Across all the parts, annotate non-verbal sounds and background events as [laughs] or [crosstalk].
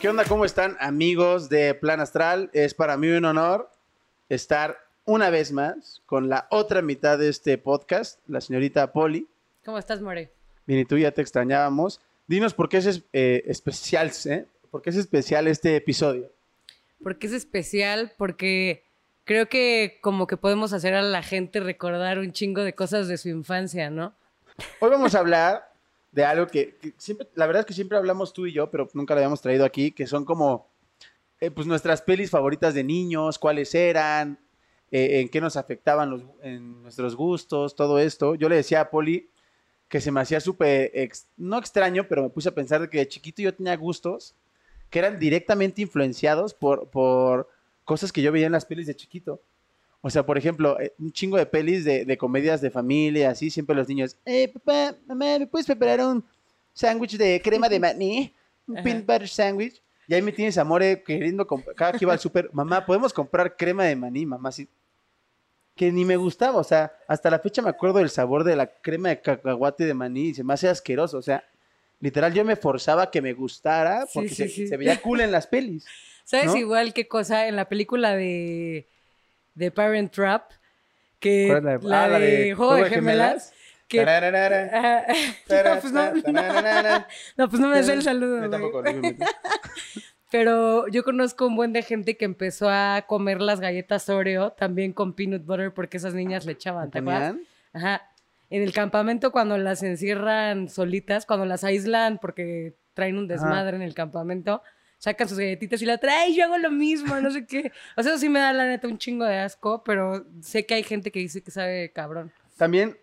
¿Qué onda? ¿Cómo están amigos de Plan Astral? Es para mí un honor estar una vez más con la otra mitad de este podcast, la señorita Poli. ¿Cómo estás, More? Bien, y tú ya te extrañábamos. Dinos por qué es eh, especial, ¿eh? ¿Por qué es especial este episodio? Porque es especial, porque creo que como que podemos hacer a la gente recordar un chingo de cosas de su infancia, ¿no? Hoy vamos a hablar de algo que, que siempre, la verdad es que siempre hablamos tú y yo, pero nunca lo habíamos traído aquí, que son como, eh, pues nuestras pelis favoritas de niños, cuáles eran, eh, en qué nos afectaban los, en nuestros gustos, todo esto. Yo le decía a Poli que se me hacía súper, ex- no extraño, pero me puse a pensar de que de chiquito yo tenía gustos que eran directamente influenciados por, por cosas que yo veía en las pelis de chiquito. O sea, por ejemplo, eh, un chingo de pelis de, de comedias de familia, así, siempre los niños, eh, papá, mamá, ¿me puedes preparar un sándwich de crema de maní? Un Ajá. peanut butter sandwich. Y ahí me tienes, amore, queriendo, comp- cada que iba al súper, mamá, ¿podemos comprar crema de maní, mamá? Sí. Que ni me gustaba, o sea, hasta la fecha me acuerdo del sabor de la crema de cacahuate de maní, y se me hace asqueroso, o sea, literal yo me forzaba a que me gustara Sí, porque sí, se, sí. se veía cool en las [laughs] pelis. ¿Sabes ¿No? igual qué cosa en la película de, de Parent Trap? Que ¿Cuál es la Eh, la, de- ah, la de, de Juego de Gemelas. que- Tarararara, Ajá. [laughs] no, pues no, tarararara. no, pues no me sé el saludo. Yo güey. tampoco, no me [laughs] meto. Pero yo conozco un buen de gente que empezó a comer las galletas Oreo también con peanut butter porque esas niñas le echaban, ¿te acuerdas? ¿Ponían? Ajá. En el campamento cuando las encierran solitas, cuando las aíslan porque traen un desmadre en el campamento, sacan sus galletitas y la traen, yo hago lo mismo, no sé qué. O sea, eso sí me da la neta un chingo de asco, pero sé que hay gente que dice que sabe cabrón. También,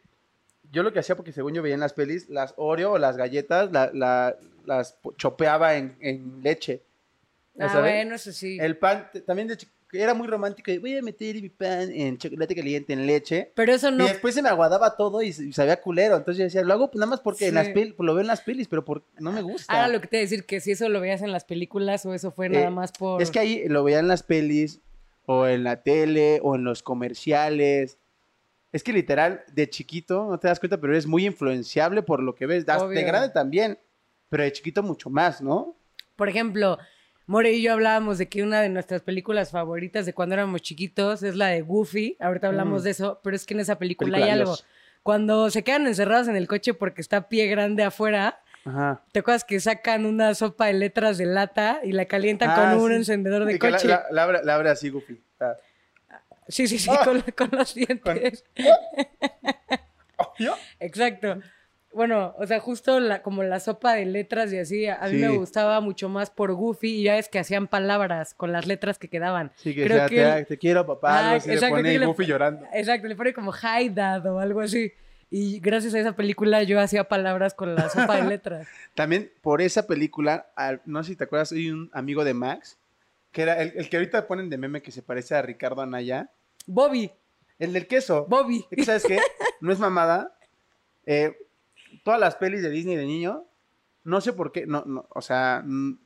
yo lo que hacía, porque según yo veía en las pelis, las Oreo o las galletas la- la- las po- chopeaba en, en leche. ¿Ya Ah, sabes? bueno, eso sí. El pan, t- también de chi- era muy romántico. y Voy a meter mi pan en chocolate caliente, en leche. Pero eso no Y después se me aguadaba todo y, se- y sabía culero. Entonces yo decía, lo hago nada más porque en Sí. las pel- lo veo en las pelis, pero por- no me gusta. Ahora lo que te voy a decir, que si eso lo veías en las películas o eso fue Eh, nada más por... Es que ahí lo veía en las pelis, o en la tele, o en los comerciales. Es que literal, de chiquito, no te das cuenta, pero eres muy influenciable por lo que ves. Das- De Obvio. grande también, pero de chiquito mucho más, ¿no? Por ejemplo, More y yo hablábamos de que una de nuestras películas favoritas de cuando éramos chiquitos es la de Goofy. Ahorita hablamos Mm. de eso, pero es que en esa película, Película, hay algo. Dios. Cuando se quedan encerrados en el coche porque está pie grande afuera, Ajá. ¿te acuerdas que sacan una sopa de letras de lata y la calientan Ah, con un sí. encendedor de Y que la- coche? La, Ah. la abre, la abre así, Goofy. Ah. Sí, sí, sí, con, la- con los [laughs] dientes. ¿Yo? Exacto. Bueno, o sea, justo la, como la sopa de letras y así, a mí Sí. me gustaba mucho más por Goofy y ya es que hacían palabras con las letras que quedaban. Sí, que Creo sea, que te, él- te quiero, papá. Ah, algo así, le exacto, pone que le- Goofy llorando. Exacto, le pone como high dad o algo así. Y gracias a esa película yo hacía palabras con la sopa [laughs] de letras. También por esa película, al- no sé si te acuerdas, hay un amigo de Max, que era el, el que ahorita ponen de meme que se parece a Ricardo Anaya, Bobby, el del queso. Bobby. Es que, ¿Sabes qué? No es mamada. Eh, todas las pelis de Disney de niño, no sé por qué, no, no, o sea, mm,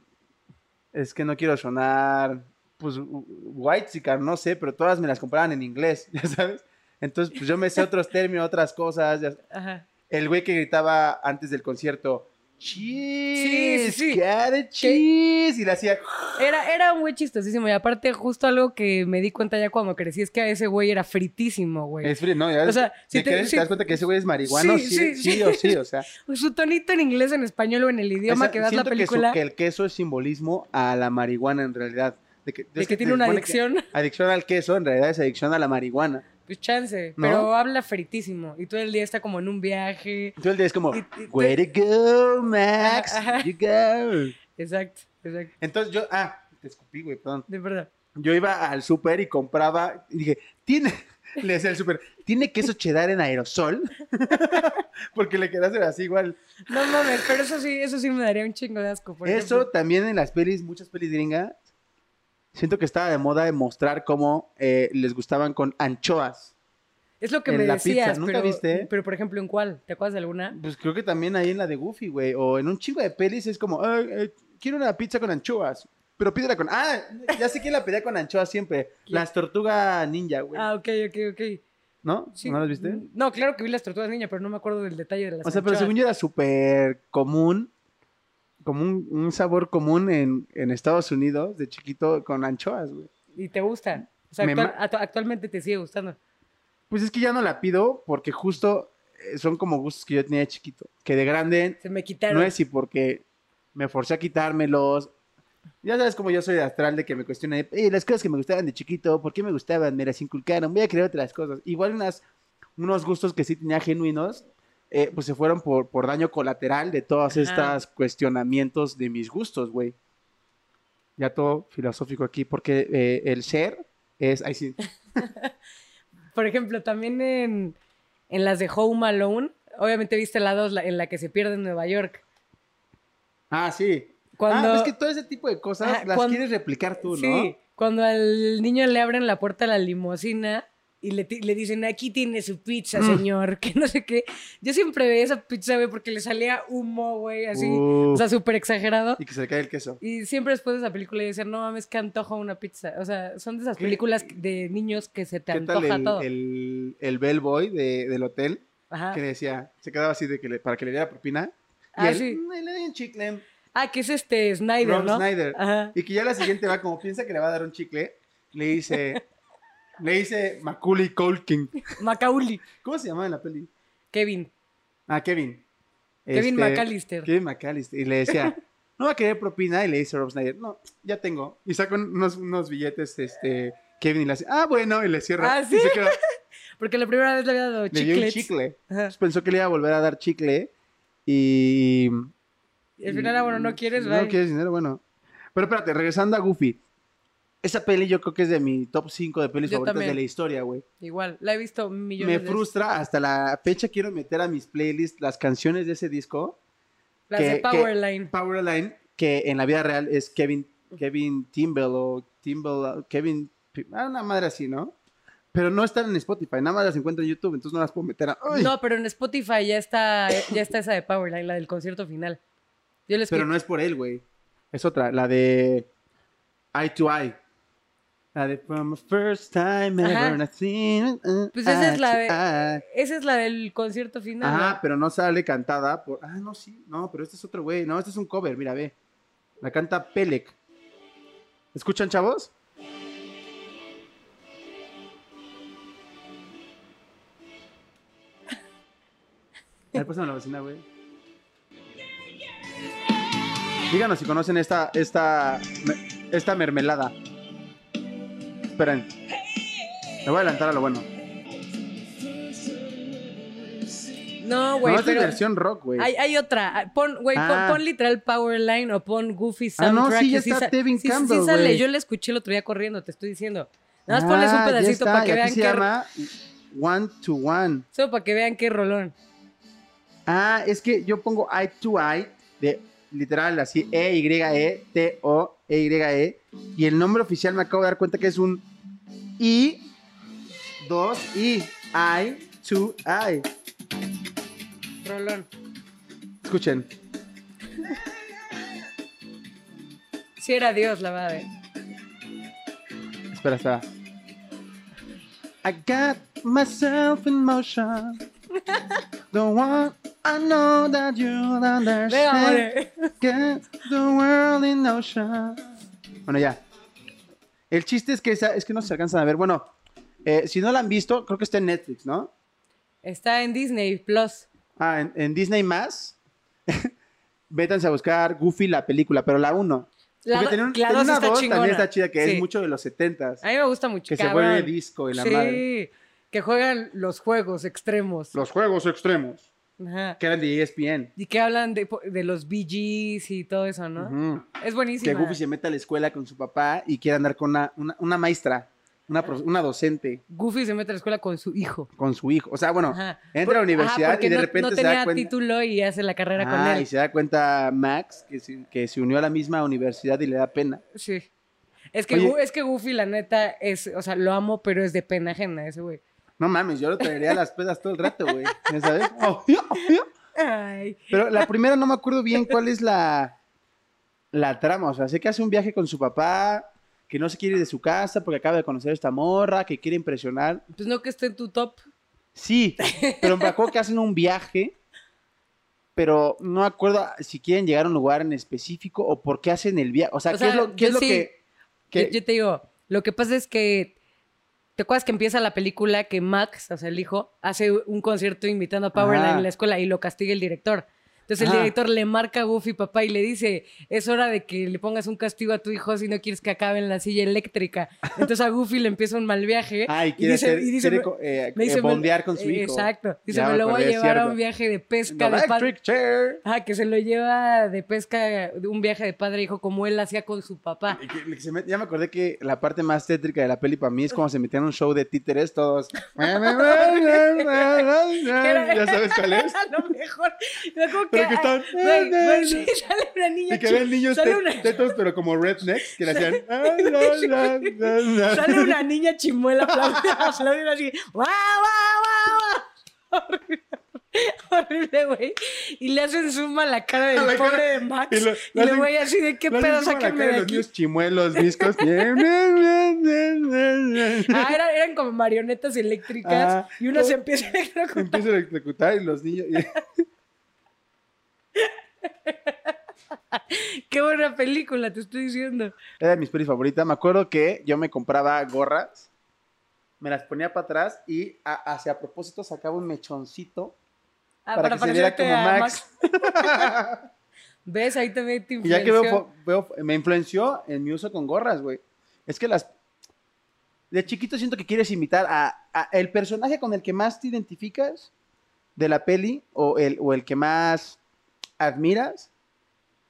es que no quiero sonar, pues, white no sé, pero todas me las compraban en inglés, [laughs] ya sabes. Entonces, pues yo me sé otros términos, otras cosas. ya- Ajá. El güey que gritaba antes del concierto, cheese, Sí, sí, sí. carrot cheese, y le hacía, Era, era un güey chistosísimo y aparte justo algo que me di cuenta ya cuando crecí es que a ese güey era fritísimo, güey. es frío, ¿no? Ya O ves, sea, si te, te- crees, te si- das cuenta que ese güey es marihuano, sí, Sí, sí, sí, sí. o sí, [laughs] o sea. Su tonito en inglés, en español o en el idioma Esa- que veas la siento su- película, que el queso es simbolismo a la marihuana en realidad. De que, de es que te tiene una supone que adicción, [laughs] adicción al queso en realidad es adicción a la marihuana. pues chance. ¿No? Pero habla fritísimo y todo el día está como en un viaje. Entonces el día es como, Y- y- way to go, Max, Ajá, ajá. you go. Exacto, exacto. Entonces yo, ah, te escupí, güey, perdón. De verdad. Yo iba al súper y compraba, y dije, tiene, [laughs] le decía al súper, ¿tiene queso cheddar en aerosol? [laughs] Porque le quedaste así igual. No mames, pero eso sí, eso sí me daría un chingo de asco. por Eso ejemplo. también en las pelis, muchas pelis gringas, siento que estaba de moda de mostrar cómo eh, les gustaban con anchoas. Es lo que en me la decías, pizza, ¿nunca pero, viste? pero por ejemplo, ¿en cuál? ¿Te acuerdas de alguna? Pues creo que también ahí en la de Goofy, güey. O en un chingo de pelis es como, "Ay, eh, quiero una pizza con anchoas. Pero pídela con. Ah, ya sé que la pedía con anchoas siempre. ¿Quién? Las tortugas ninja, güey. Ah, ok, ok, ok. ¿No? Sí. Mm, ¿No las viste? No, Pues claro que vi las tortugas niña, pero no me acuerdo del detalle de las O sea, pero anchoas. según yo era súper común como un, un sabor común en, en Estados Unidos de chiquito con anchoas, güey. ¿Y te gusta? O sea, Me actual- ma- actu- actualmente te sigue gustando. Pues es que ya no la pido porque justo eh, son como gustos que yo tenía de chiquito, que de grande Se me quitaron. no es y porque me forcé a quitármelos. Ya sabes como yo soy de astral de que me cuestiona, de, "Eh, las cosas que me gustaban de chiquito, ¿por qué me gustaban? Me las inculcaron, voy a creer otras cosas. Igual unas, unos gustos que sí tenía genuinos, eh, pues se fueron por, por daño colateral de todos Ajá. estos cuestionamientos de mis gustos, güey. Ya todo filosófico aquí, porque eh, el ser es... Ay, sí. Por ejemplo, también en, en las de Home Alone, obviamente viste la 2, en la que se pierde en Nueva York. Ah, sí. Cuando, Ah, es que todo ese tipo de cosas Ajá, las cuan- quieres replicar tú, ¿no? Sí, cuando al niño le abren la puerta a la limusina y le, ti- le dicen, aquí tiene su pizza, Mm. señor, [laughs] que no sé qué. Yo siempre veía esa pizza, güey, porque le salía humo, güey, así. Uh, O sea, súper exagerado. y que se le cae el queso. Y siempre después de esa película yo decía, no mames, que antojo una pizza. O sea, son de esas ¿Qué- películas de niños que se te ¿Qué tal antoja el, todo. el, el bellboy de- del hotel Ajá. que decía, se quedaba así de que le- para que le diera propina? Y Ah, él, sí. "Mm, le doy un chicle, Ah, que es este Snyder, Rob ¿no? Ah. Snyder. Ajá. Y que ya la siguiente va, como piensa que le va a dar un chicle, le [laughs] dice, le dice Macaulay Culkin. Macaulay, ¿Cómo se llamaba en la peli? Kevin, Ah, Kevin. Kevin Este, McAllister. Kevin McAllister. Y le decía, no va a querer propina. Y le dice Rob Snyder, no, ya tengo. Y saca unos, unos billetes, este, Kevin, y le hace, ah, bueno, y le cierra. Ah, Y ¿sí? se [laughs] queda, Porque la primera vez le había dado le dio un chiclets. chicle. Ajá. Entonces pensó que le iba a volver a dar chicle. Y. Y al final, ah, bueno, no quieres, No bye. quieres dinero, bueno. Pero espérate, regresando a Goofy. Esa peli yo creo que es de mi top 5 de pelis Yo favoritas también. de la historia, güey. Igual, la he visto millones Me de veces. frustra, hasta la fecha quiero meter a mis playlists las canciones de ese disco. Las que- de que- Powerline. Powerline, que en la vida real es Kevin, Kevin Timbal o Timbal, Kevin, P- ah, una madre así, ¿no? Pero no están en Spotify, nada más las encuentro en YouTube, entonces no las puedo meter a... ¡Ay! No, pero en Spotify ya está, ya está esa de Powerline, la del concierto final. Yo les pero no es por él, güey. Es otra, la de Eye to Eye. La de From the First Time Ajá. Ever and I seen it, Pues esa eye es la to de- eye. Esa es la del concierto final. Ajá, ¿no? Ah, pero no sale cantada por... Ah, no, sí, no, pero este es otro güey. No, este es un cover, mira, ve. La canta Pelec. ¿Escuchan, [laughs] chavos? A ver, pásame la vecina, güey. Díganos si conocen esta, esta, me- esta mermelada. Esperen. Me voy a adelantar a lo bueno. No, no, güey, es de pero versión rock, güey. hay, hay otra. Ah, Pon, güey, pon- Ah. pon, literal Powerline o pon Goofy Ah, Soundtrack. no, sí, ya que está sa- Tevin sí- sí Campbell, sale. güey. Yo la escuché el otro día corriendo, te estoy diciendo. Nada más ponles un Ah, ya pedacito está, para y que aquí vean se qué... llama One to One. Solo para que vean qué rolón. Ah, es que yo pongo eye to eye, de literal así, E E-Y-E-T-O-E-Y-E, E y el nombre oficial me acabo de dar cuenta que es un I, 2 I, I, to I. Rolón. Escuchen. Sí era Dios, la madre. Espera, espera. I got myself in [laughs] motion. The one I know that you'll Ve, understand. amore. Get the world in motion. Bueno, ya. El chiste es que, esa- es que no se alcanzan a ver. Bueno, eh, si no la han visto, creo que está en Netflix, ¿no? Está en Disney Plus. Ah, en, en Disney más. [laughs] Vétanse a buscar Goofy la película, pero la 1. La, do- la dos está chingona. también está chida, que Sí. es mucho de los 70s. A mí me gusta mucho. Que se cabrón. vuelve disco y la sí, madre. que juegan los juegos extremos. Los juegos extremos. Ajá. Que eran de E ESPN. Y que hablan de, po- de los BGs y todo eso, ¿no? Ujú. Es Que buenísimo. Goofy se meta a la escuela con su papá y quiere andar con una, una, una maestra, una, prof- una docente, Goofy se mete a la escuela con su hijo. con su hijo. O sea, bueno, Ajá. entra a la Por- universidad ajá, y porque de no- repente no se da tenía cuenta. título y hace la carrera Ah, con y él. se da cuenta Max que se, que se unió a la misma universidad y le da pena. Sí. Es que, Oye. Gu- es que Goofy, la neta, es, o sea, lo amo, pero es de pena ajena ese güey. No mames, yo lo traería a las pedas todo el rato, güey. ¿Ya [laughs] sabes? Oh, yo, yo. Ay. Pero la primera no me acuerdo bien cuál es la, la trama. O sea, sé que hace un viaje con su papá, que no se quiere ir de su casa porque acaba de conocer a esta morra, que quiere impresionar. Pues no que esté en tu top. Sí, pero me acuerdo que hacen un viaje pero no acuerdo si quieren llegar a un lugar en específico o por qué hacen el viaje. O sea, O ¿qué sea, es lo, qué yo es lo sí- que, que- Yo, yo te digo, lo que pasa es que. ¿Te acuerdas que empieza la película que Max, o sea, el hijo, hace un concierto invitando a Powerline Ajá. en la escuela y lo castiga el director? Entonces Ajá. el director le marca a Goofy, papá, y le dice, es hora de que le pongas un castigo a tu hijo si no quieres que acabe en la silla eléctrica. Entonces a Goofy le empieza un mal viaje. [laughs] Ay, y quiere dice- hacer, y dice, quiere me- co- eh, me dice, eh, me- bondear con su hijo. Exacto. Dice, Ya me me lo voy a acordé, es llevar a cierto. un viaje de pesca. de pan- Electric chair. Ah, que se lo lleva de pesca, de un viaje de padre e hijo, como él hacía con su papá. Y que- que se met- ya me acordé que la parte más tétrica de la peli para mí es cuando se metían a un show de títeres [laughs] todos. ya sabes cuál es. [laughs] A lo mejor. No, como Pero que ay, están- eh, güey, güey, sí, [laughs] sale una niña Y que chi- habían niños sale te- una- tetos, pero como rednecks, que le hacían. "Ah, [laughs] Sale una niña chimuela aplaudiendo aplaudiendo así. ¡Guau, guau, [laughs] guau, guau! Horrible, Horrible, güey. Y le hacen suma a la cara del A la pobre cara. de Max. Y Y, lo- le le hacen- voy así de qué Los pedo, niños iban a sáquenme caer, de Los aquí. niños chimuelos, discos. [laughs] Empieza [laughs] [laughs] Ah, era- eran como marionetas eléctricas Ah, y una no. se empieza a [laughs] electrocutar. a electrocutar y los niños. y- Qué buena película, te estoy diciendo. Era de mis pelis favoritas. Me acuerdo que yo me compraba gorras, me las ponía para atrás y a- hacia a propósito sacaba un mechoncito Ah, para, que se viera como parecerte a Max. [laughs] ¿Ves? Ahí también te Y influenció. ya que veo, fo- veo- me influenció en mi uso con gorras, güey. Es que las... De chiquito siento que quieres imitar a, a el personaje con el que más te identificas de la peli o el, o el que más admiras.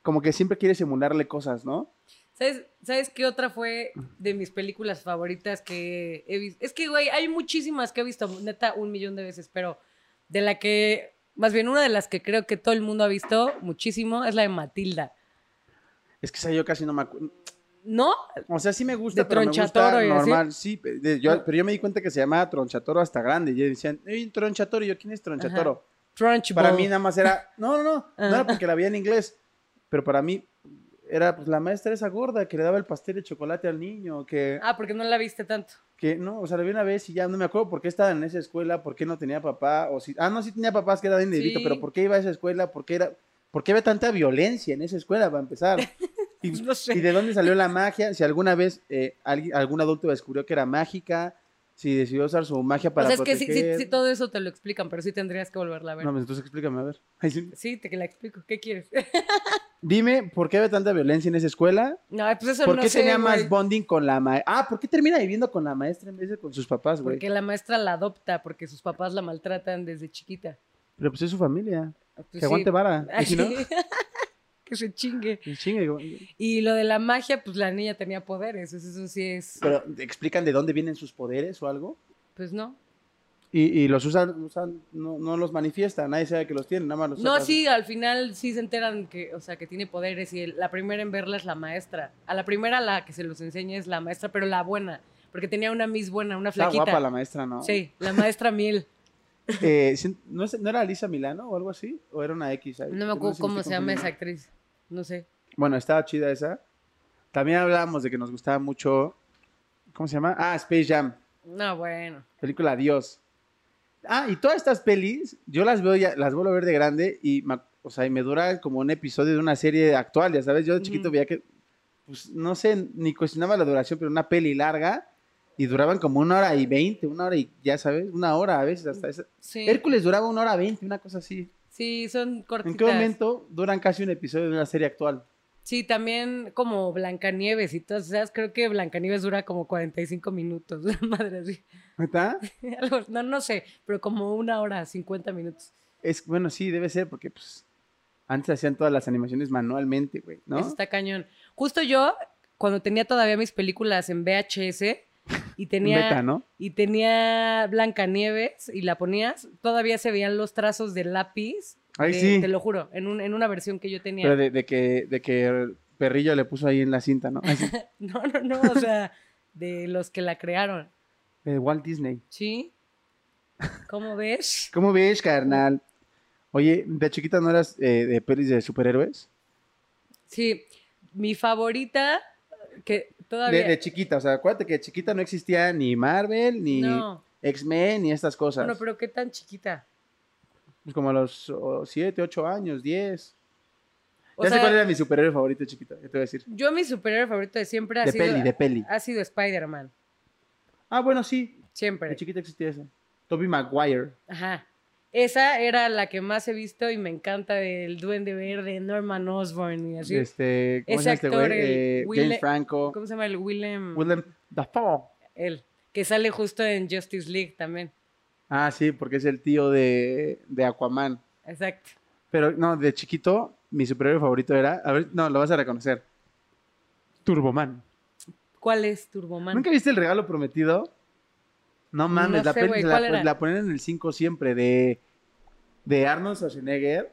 Como que siempre quieres emularle cosas, ¿no? ¿Sabes, ¿Sabes qué otra fue de mis películas favoritas que he visto? Es que, güey, hay muchísimas que he visto, neta, un millón de veces, pero de la que, más bien una de las que creo que todo el mundo ha visto muchísimo es la de Matilda. Es que esa yo casi no me acuerdo. ¿No? O sea, sí me gusta, De pero me tronchatoro gusta y así. Ah. normal. Sí, pe- de- yo- pero yo me di cuenta que se llamaba Tronchatoro hasta grande. Y decían, ¡Ey, Tronchatoro! Y yo, ¿quién es Tronchatoro? Trunchbull. Para mí nada más era, no, no, no, no Ajá. era porque la veía en inglés, pero para mí era pues la maestra esa gorda que le daba el pastel de chocolate al niño, que, Ah, porque no la viste tanto. que no, o sea, la vi una vez y ya no me acuerdo por qué estaba en esa escuela, por qué no tenía papá, o si, ah, no, sí tenía papás que era de Sí. pero por qué iba a esa escuela, por qué era, por qué había tanta violencia en esa escuela para [laughs] empezar. Y, pues, No [laughs] sé. y de dónde salió la magia, si alguna vez eh, alguien- algún adulto descubrió que era mágica, si decidió usar su magia para o sea, es que sí, sí, proteger. sí, todo eso te lo explican, pero sí tendrías que volverla a ver. No, pues, entonces explícame, a ver. [laughs] Ay, sí. Sí, te que la explico. ¿Qué quieres? [laughs] Dime, ¿por qué había tanta violencia en esa escuela? no, pues eso ¿Por no qué sé, tenía güey. más bonding con la maestra? Ah, ¿por qué termina viviendo con la maestra en vez de con sus papás, güey? Porque la maestra la adopta, porque sus papás la maltratan desde chiquita. Pero pues es su familia. Pues que sí. aguante vara. Ay, [laughs] Y si no, sí. que se chingue. y chingue, güey. Y lo de la magia, pues la niña tenía poderes, eso, eso sí es. Pero ¿te explican de dónde vienen sus poderes o algo. Pues no. Y, y los usan, usan no, no los manifiesta, nadie sabe que los tienen, nada más los No, saca- sí, al final sí se enteran que, o sea, que tiene poderes y el- la primera en verla es la maestra. A la primera la que se los enseña es la maestra, pero la buena, porque tenía una Miss buena, una Está flaquita. "Ah, guapa la maestra, ¿no? Sí, la [laughs] maestra miel. Eh, si- ¿no, es- no era Lisa Milano o algo así? ¿O era una X ahí? No me sé, acuerdo cómo estoy se llama esa confundiendo. actriz. No sé. Bueno, estaba chida esa. También hablábamos de que nos gustaba mucho. ¿Cómo se llama? Ah, Space Jam. No, bueno. Película Dios. Ah, y todas estas pelis, yo las veo ya, las vuelvo a ver de grande y, me, ac- o sea, y me dura como un episodio de una serie actual, ya sabes, yo de chiquito Ujú. veía que, pues, no sé, ni cuestionaba la duración, pero una peli larga y duraban como una hora y veinte, una hora y, ya sabes, una hora a veces hasta esa. Sí. Hércules duraba una hora veinte, una cosa así. Sí, son cortitas. ¿En qué momento duran casi un episodio de una serie actual? Sí, también como Blancanieves y todas esas. Creo que Blancanieves dura como 45 minutos. [laughs] La madre sí. ¿Está? Algo- No, no sé, pero como una hora, 50 minutos. Es, bueno, sí, debe ser porque, pues, antes hacían todas las animaciones manualmente, güey, ¿no? Eso está cañón. Justo yo, cuando tenía todavía mis películas en VHS y tenía, Beta, ¿no? y tenía Blancanieves y la ponías, todavía se veían los trazos de lápiz. Ay, de- sí. Te lo juro, en, un- en una versión que yo tenía. Pero de, de que, de que Perrillo le puso ahí en la cinta, ¿no? Así, No, no, no, o sea, de los que la crearon. de Walt Disney. ¿Sí? ¿Cómo ves? ¿Cómo ves, carnal? Oye, ¿de chiquita no eras eh, de pelis de superhéroes? Sí, mi favorita, que De, todavía... de chiquita, o sea, acuérdate que de chiquita no existía ni Marvel, ni no, X-Men, ni estas cosas. bueno, pero qué tan chiquita. Pues como a los 7, 8 años, 10. O ya sé sea, cuál era mi superhéroe favorito de chiquito, ya te voy a decir. Yo mi superhéroe favorito de siempre ha De sido, peli, de peli. ha sido Spider-Man. Ah, bueno, sí. De Siempre. chiquito existía ese. Toby Maguire. Ajá. Esa era la que más he visto y me encanta del Duende Verde, Norman Osborn y así. Este, ¿cómo Ese se llama este actor, güey? el Eh, Will- James Franco. ¿Cómo se llama el Willem? Willem Dafoe. Él. Que sale justo en Justice League también. Ah, sí, porque es el tío de, de Aquaman. Exacto. Pero no, de chiquito, mi superhéroe favorito era. A ver, no, lo vas a reconocer. Turboman. ¿Cuál es Turboman? ¿Nunca viste el regalo prometido? No mames, la, sé, peli güey, se ¿cuál la, era? la ponían en el 5 siempre de, de Arnold Schwarzenegger,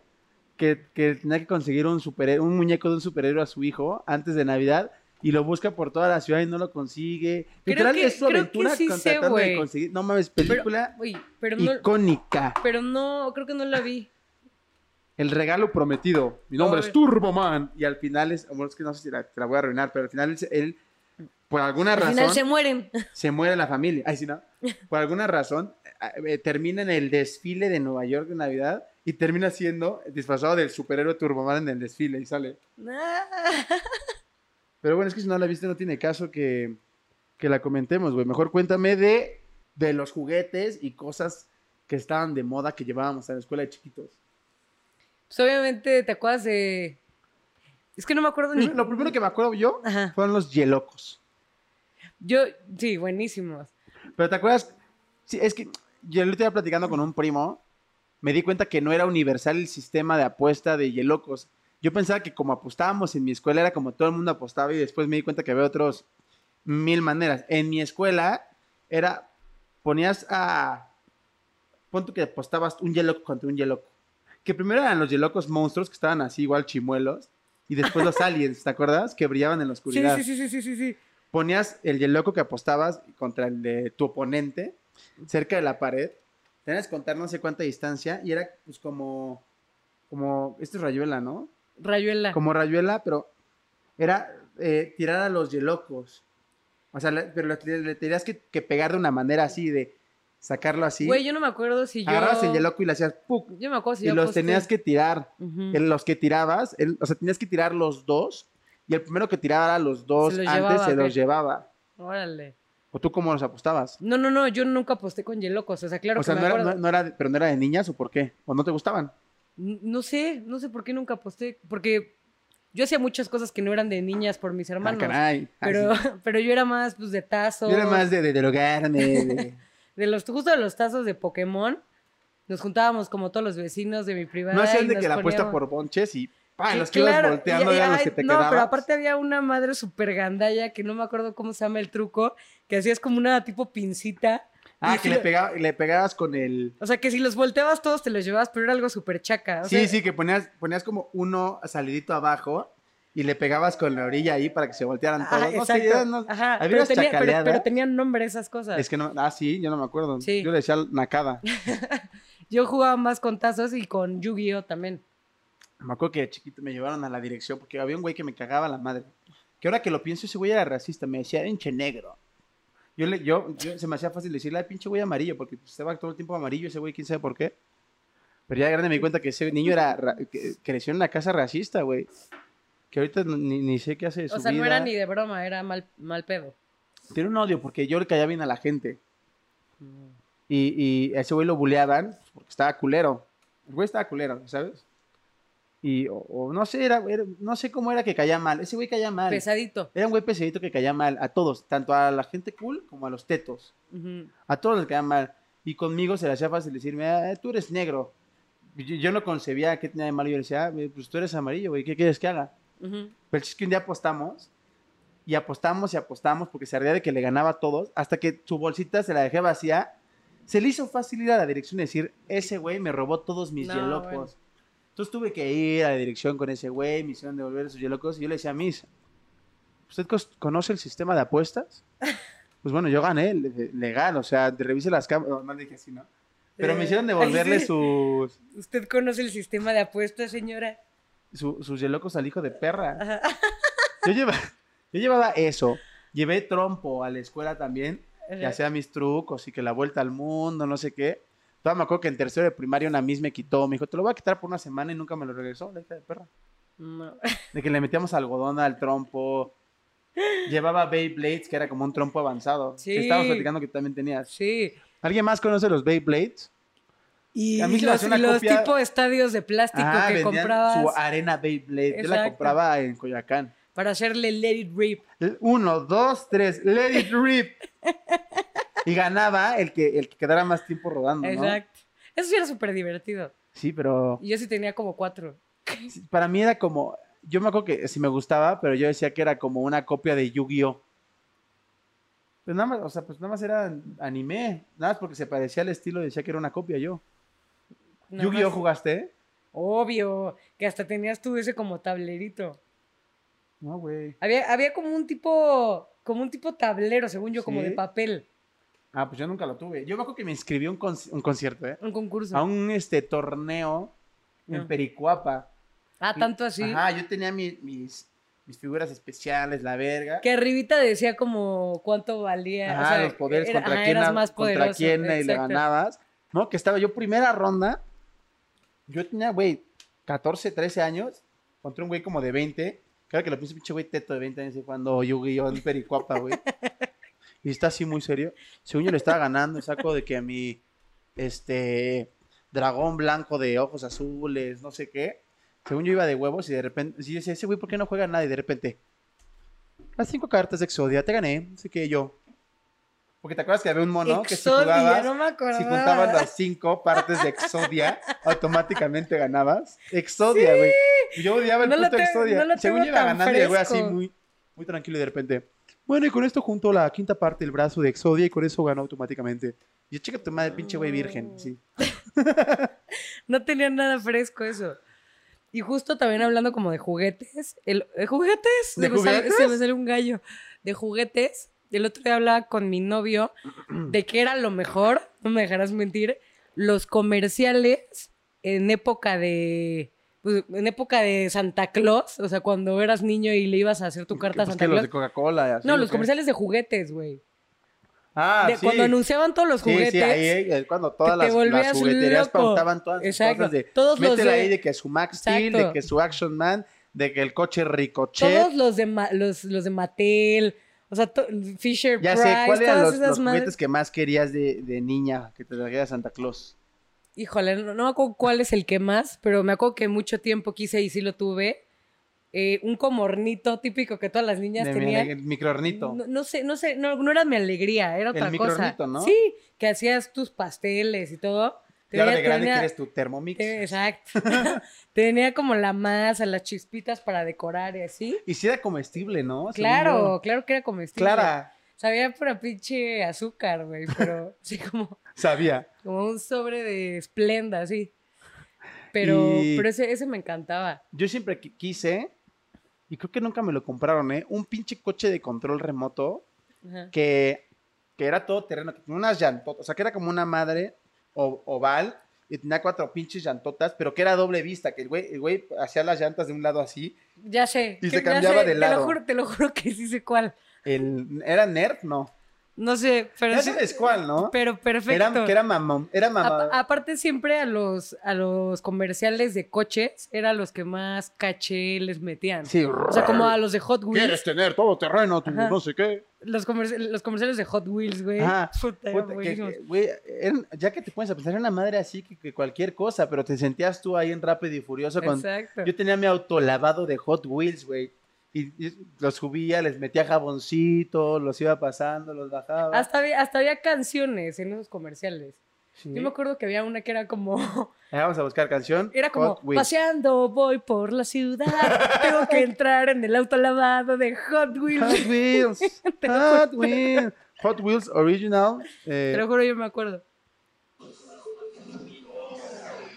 que, que tenía que conseguir un, superhé- un muñeco de un superhéroe a su hijo antes de Navidad y lo busca por toda la ciudad y no lo consigue. Creo Literal, que- es su creo que aventura sí con- sé, tratando de güey. conseguir. No mames, película Uy, pero no, icónica. pero no, creo que no la vi. El regalo prometido. Mi nombre Ay. es Turboman. Y al final es. Bueno, es que no sé si la, te la voy a arruinar, pero al final él, se- él, por alguna Al razón. final se mueren. [laughs] se muere la familia. Ay, si no. Por alguna razón, eh, eh, termina en el desfile de Nueva York de Navidad y termina siendo disfrazado del superhéroe Turboman en el desfile y sale. Ah. Pero bueno, es que si no la viste, no tiene caso que, que la comentemos, güey. Mejor cuéntame de, de los juguetes y cosas que estaban de moda que llevábamos a la escuela de chiquitos. Pues obviamente te acuerdas de. Es que no me acuerdo ni. Lo primero que me acuerdo yo Ajá. fueron los yelocos. Yo, sí, buenísimos. Pero te acuerdas, sí, es que yo lo estaba platicando con un primo, me di cuenta que no era universal el sistema de apuesta de Yelocos. Yo pensaba que como apostábamos en mi escuela era como todo el mundo apostaba y después me di cuenta que había otros mil maneras. En mi escuela era, ponías a, pon tú que apostabas un Yeloco contra un Yeloco. Que primero eran los Yelocos monstruos que estaban así igual chimuelos y después los [laughs] aliens, ¿te acuerdas? Que brillaban en la Sí, oscuridad sí, sí, sí, sí, sí, sí. ponías el yeloco que apostabas contra el de tu oponente cerca de la pared, tenías que contar no sé cuánta distancia y era pues como, como, esto es rayuela, ¿no? Rayuela. Como rayuela, pero era eh, tirar a los yelocos. O sea, le- pero le, le tenías que, que pegar de una manera así, de sacarlo así. Güey, yo no me acuerdo si yo. Agarrabas el yeloco y le hacías ¡puc! Yo me acuerdo si Y yo. los tenías que tirar. Mm. En los que tirabas, el- o sea, tenías que tirar los dos. Y el primero que tirara los dos los antes llevaba, se ¿o los qué? llevaba. Órale. ¿O tú cómo los apostabas? No, no, no, yo nunca aposté con Yelocos. O sea, claro o sea, que no me era, acuerdo. no- no era de- pero no era de niñas o por qué? ¿O no te gustaban? N- No sé, no sé por qué nunca aposté. Porque yo hacía muchas cosas que no eran de niñas por mis Ah, hermanos. caray. Ah, pero, sí. [laughs] pero [laughs] yo era más, pues, de tazos. Yo era más de, de drogarme. [laughs] de- De los, justo de los tazos de Pokémon. Nos juntábamos como todos los vecinos de mi privada. No y hacían de nos que la apuesta poníamos- por bonches y ¡pa! Sí, los que claro, ibas volteando y- y- eran los ay, que te No, quedaban. pero aparte había una madre súper gandalla que no me acuerdo cómo se llama el truco, que hacías como una tipo pincita. Ah, y que si le, lo- pegaba- le pegabas con el... O sea, que si los volteabas todos te los llevabas, pero era algo súper chaca. o sí, sea, sí, que ponías, ponías como uno salidito abajo y le pegabas con la orilla ahí para que se voltearan Ajá, todos. No sé, Ah, exacto. eran unos- Ajá, había pero, unas tenía- pero- chacaleadas. pero tenían nombre esas cosas. Es que no... Ah, sí, yo no me acuerdo. Sí. Yo le decía nacada. Yo jugaba más con tazos y con Yu-Gi-Oh también. Me acuerdo que de chiquito me llevaron a la dirección porque había un güey que me cagaba la madre. Que ahora que lo pienso, ese güey era racista. Me decía, pinche negro. Yo, le, yo, yo- se me hacía fácil decirle, "Ay, pinche güey amarillo, porque pues, estaba todo el tiempo amarillo ese güey, quién sabe por qué. Pero ya de grande me di cuenta que ese niño era ra- que- creció en una casa racista, güey. Que ahorita no- ni, ni sé qué hace de su O sea, vida. no era ni de broma, era mal, mal pedo. Tiene un odio porque yo le caía bien a la gente. Y, y a ese güey lo buleaban porque estaba culero. El güey estaba culero, ¿sabes? Y o, o no sé, era, era- no sé cómo era que caía mal. Ese güey caía mal. Pesadito. Era un güey pesadito que caía mal a todos, tanto a la gente cool como a los tetos. Ujú. A todos les caía mal. Y conmigo se le hacía fácil decirme, "Ah, tú eres negro. Y Yo, yo no concebía que tenía de malo. Yo le decía, "Ah, pues tú eres amarillo, güey, ¿qué quieres que haga? Ujú. Pero el chiste es que un día apostamos y apostamos y apostamos porque se ardía de que le ganaba a todos hasta que su bolsita se la dejé vacía. Se le hizo fácil ir a la dirección y decir, ese güey me robó todos mis No, yelocos. bueno. Entonces tuve que ir a la dirección con ese güey, me hicieron devolver esos yelocos y yo le decía a mis, ¿usted cos- conoce el sistema de [laughs] apuestas? Pues bueno, yo gané, le- legal, o sea, revise las cámaras, no, no dije así, ¿no? Pero me hicieron Eh, devolverle [laughs] sí. sus, ¿Usted conoce el sistema de apuestas, señora? su- sus yelocos al hijo de perra. Yo llevaba, [laughs] yo llevaba eso. Llevé trompo a la escuela también. Y Ajá. hacía mis trucos y que la vuelta al mundo, no sé qué. Todavía me acuerdo que en tercero de primaria una mis me quitó, me dijo, te lo voy a quitar por una semana y nunca me lo regresó, la hija de perra. No. De que le metíamos algodón al trompo. Llevaba Beyblades, que era como un trompo avanzado. Sí. Que estábamos platicando que tú también tenías. Sí. ¿Alguien más conoce los Beyblades? Y A mí se me los, hace una y los copia- tipo estadios de plástico Ajá, que Ah, vendían comprabas su arena Beyblade. Yo la Exacto. compraba en Coyoacán. para hacerle Let It Rip. Uno, dos, tres, let it rip. Y ganaba el que, el que quedara más tiempo rodando, ¿no? Exacto. Eso sí era súper divertido. Sí, pero Y yo sí tenía como cuatro. para mí era como... Yo me acuerdo que sí me gustaba, pero yo decía que era como una copia de Yu-Gi-Oh! Pues nada más, o sea, pues nada más era anime. Nada más porque se parecía al estilo, decía que era una copia yo. Nada ¿Yu-Gi-Oh! más. jugaste? Obvio, que hasta tenías tú ese como tablerito. No, güey. Había, había como un tipo, como un tipo tablero, según yo, como Sí. de papel, Ah, pues yo nunca lo tuve. Yo me acuerdo que me inscribí a un, conci- un concierto, ¿eh? un concurso. A un este, torneo en No. Pericuapa. Ah, tanto así. Ajá, yo tenía mi- mis, mis figuras especiales, la verga. Que arribita decía como cuánto valía. Ajá, o sea, los poderes era- contra ajá, quién, eras a- más contra poderoso, quién eh, y le exacto. ganabas. No, que estaba yo primera ronda. Yo tenía, güey, 14, 13 años. Contra un güey como de 20. Claro que lo pienso, pinche güey teto de 20 años cuando Yu-Gi-Oh! en Pericuapa, [laughs] güey. Y está así muy serio. Según yo le estaba ganando, saco de que a mi, este, dragón blanco de ojos azules, no sé qué. Según yo iba de huevos y de repente, sí, decía, ese güey, ¿por qué no juega nada? Y de repente, las cinco cartas de Exodia, te gané, así que yo. Porque te acuerdas que había un mono que si Exodia, jugabas, no me acordaba. si juntabas las cinco partes de Exodia, [laughs] automáticamente ganabas. Exodia, güey. Yo odiaba el No lo puto te- Exodia. no lo Según yo tengo iba tan ganando y el güey así fresco. muy, muy tranquilo y de repente. Bueno, y con esto junto la quinta parte del brazo de Exodia y con eso ganó automáticamente. Yo chica tu madre, pinche güey virgen, sí. No tenía nada fresco eso. Y justo también hablando como de juguetes. El, ¿de ¿Juguetes? ¿De Se me sale- juguetes? se me sale un gallo. De juguetes. El otro día hablaba con mi novio de que era lo mejor, no me dejarás mentir, los comerciales en época de... pues, en época de Santa Claus, o sea, cuando eras niño y le ibas a hacer tu carta a Pues Santa que los Claus. de Coca-Cola. y así, no, ¿o los qué? comerciales de juguetes, güey. Ah, De sí. Cuando anunciaban todos los Sí, juguetes. sí, ahí eh, cuando todas te las, volvías las jugueterías loco. pautaban todas sus Exacto. cosas de Todos los métele de- ahí de que su Max Steel, de Exacto. que su Action Man, de que el coche Ricochet, Todos los de, Ma- los, los de Mattel, o sea, to- Fisher ya Price, sé, ¿cuáles eran todas los, esas los juguetes madres. que más querías de, de niña que te trajera Santa Claus? Híjole, no, no me acuerdo cuál es el que más, pero me acuerdo que mucho tiempo quise y sí lo tuve. eh, un comornito típico que todas las niñas De mi tenían. ale- el microornito. No, no sé, no sé, no, no era mi alegría, era El otra cosa. microornito, ¿no? Sí, que hacías tus pasteles y todo. y ahora de Tenía- grande tenía- quieres tu Thermomix. te- exacto. [laughs] tenía como la masa, las chispitas para decorar y así. Y si era comestible, ¿no? Según Claro, yo. claro que era comestible. Ah, Clara, Sabía para pinche azúcar, güey, pero [laughs] sí como, sabía. como un sobre de esplenda, sí. Pero, Y- pero ese, ese me encantaba. Yo siempre qui- quise, y creo que nunca me lo compraron, ¿eh? Un pinche coche de control remoto Ajá. que, que era todo terreno, que tenía unas llantotas, o sea, que era como una madre o- oval y tenía cuatro pinches llantotas, pero que era doble vista, que el güey, el güey hacía las llantas de un lado así. Ya sé. Y que- se ya cambiaba de Te lado. lo juro, te lo juro que sí sé cuál. El, ¿Era nerd? No. No sé, pero Ya sí- sabes cuál, ¿no? Pero perfecto. Era, que era mamón, era mamá. A- aparte siempre a los, a los comerciales de coches eran los que más caché les metían. sí, O sea, como a los de Hot ¿Quieres Wheels. tener todo terreno, tu Ajá. no sé qué? Los, comerci- los comerciales de Hot Wheels, güey. Ajá. [laughs] Puta, eran Puta, que- buenísimos. que, güey, eran- ya que te pones a pensar en una madre así que, que cualquier cosa, pero te sentías tú ahí en rápido y furioso con Exacto. Yo tenía mi auto lavado de Hot Wheels, güey. Y, y los subía, les metía jaboncito, los iba pasando, los bajaba. Hasta había, hasta había canciones en esos comerciales. Sí. Yo me acuerdo que había una que era como, [laughs] Ahí Vamos a buscar canción. era como, Hot Wheels. paseando voy por la ciudad, [laughs] tengo que entrar en el auto lavado de Hot Wheels. Hot [laughs] Wheels. Hot Wheels. Hot Wheels Original. eh, Te lo juro, yo me acuerdo.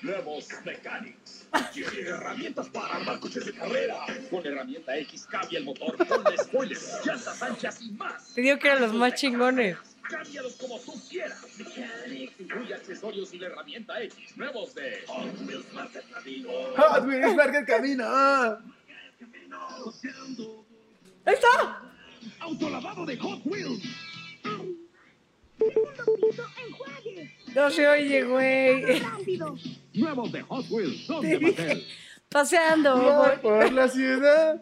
Nuevos Mechanics. Tiene herramientas para armar coches de carrera. Con herramienta X cambia el motor, ponle spoilers, llantas anchas y más. Te digo que eran los más chingones. Cámbialos como tú quieras. Mechanics incluye accesorios y la herramienta X. Nuevos de Hot Wheels Market Camino. Hot Wheels marca el camino. ¡Ahí está! Autolavado de Hot Wheels. Ay, un poquito enjuague. No se oye, güey. Nuevos de Hot Wheels son de Mattel. Paseando, Voy voy. por la ciudad.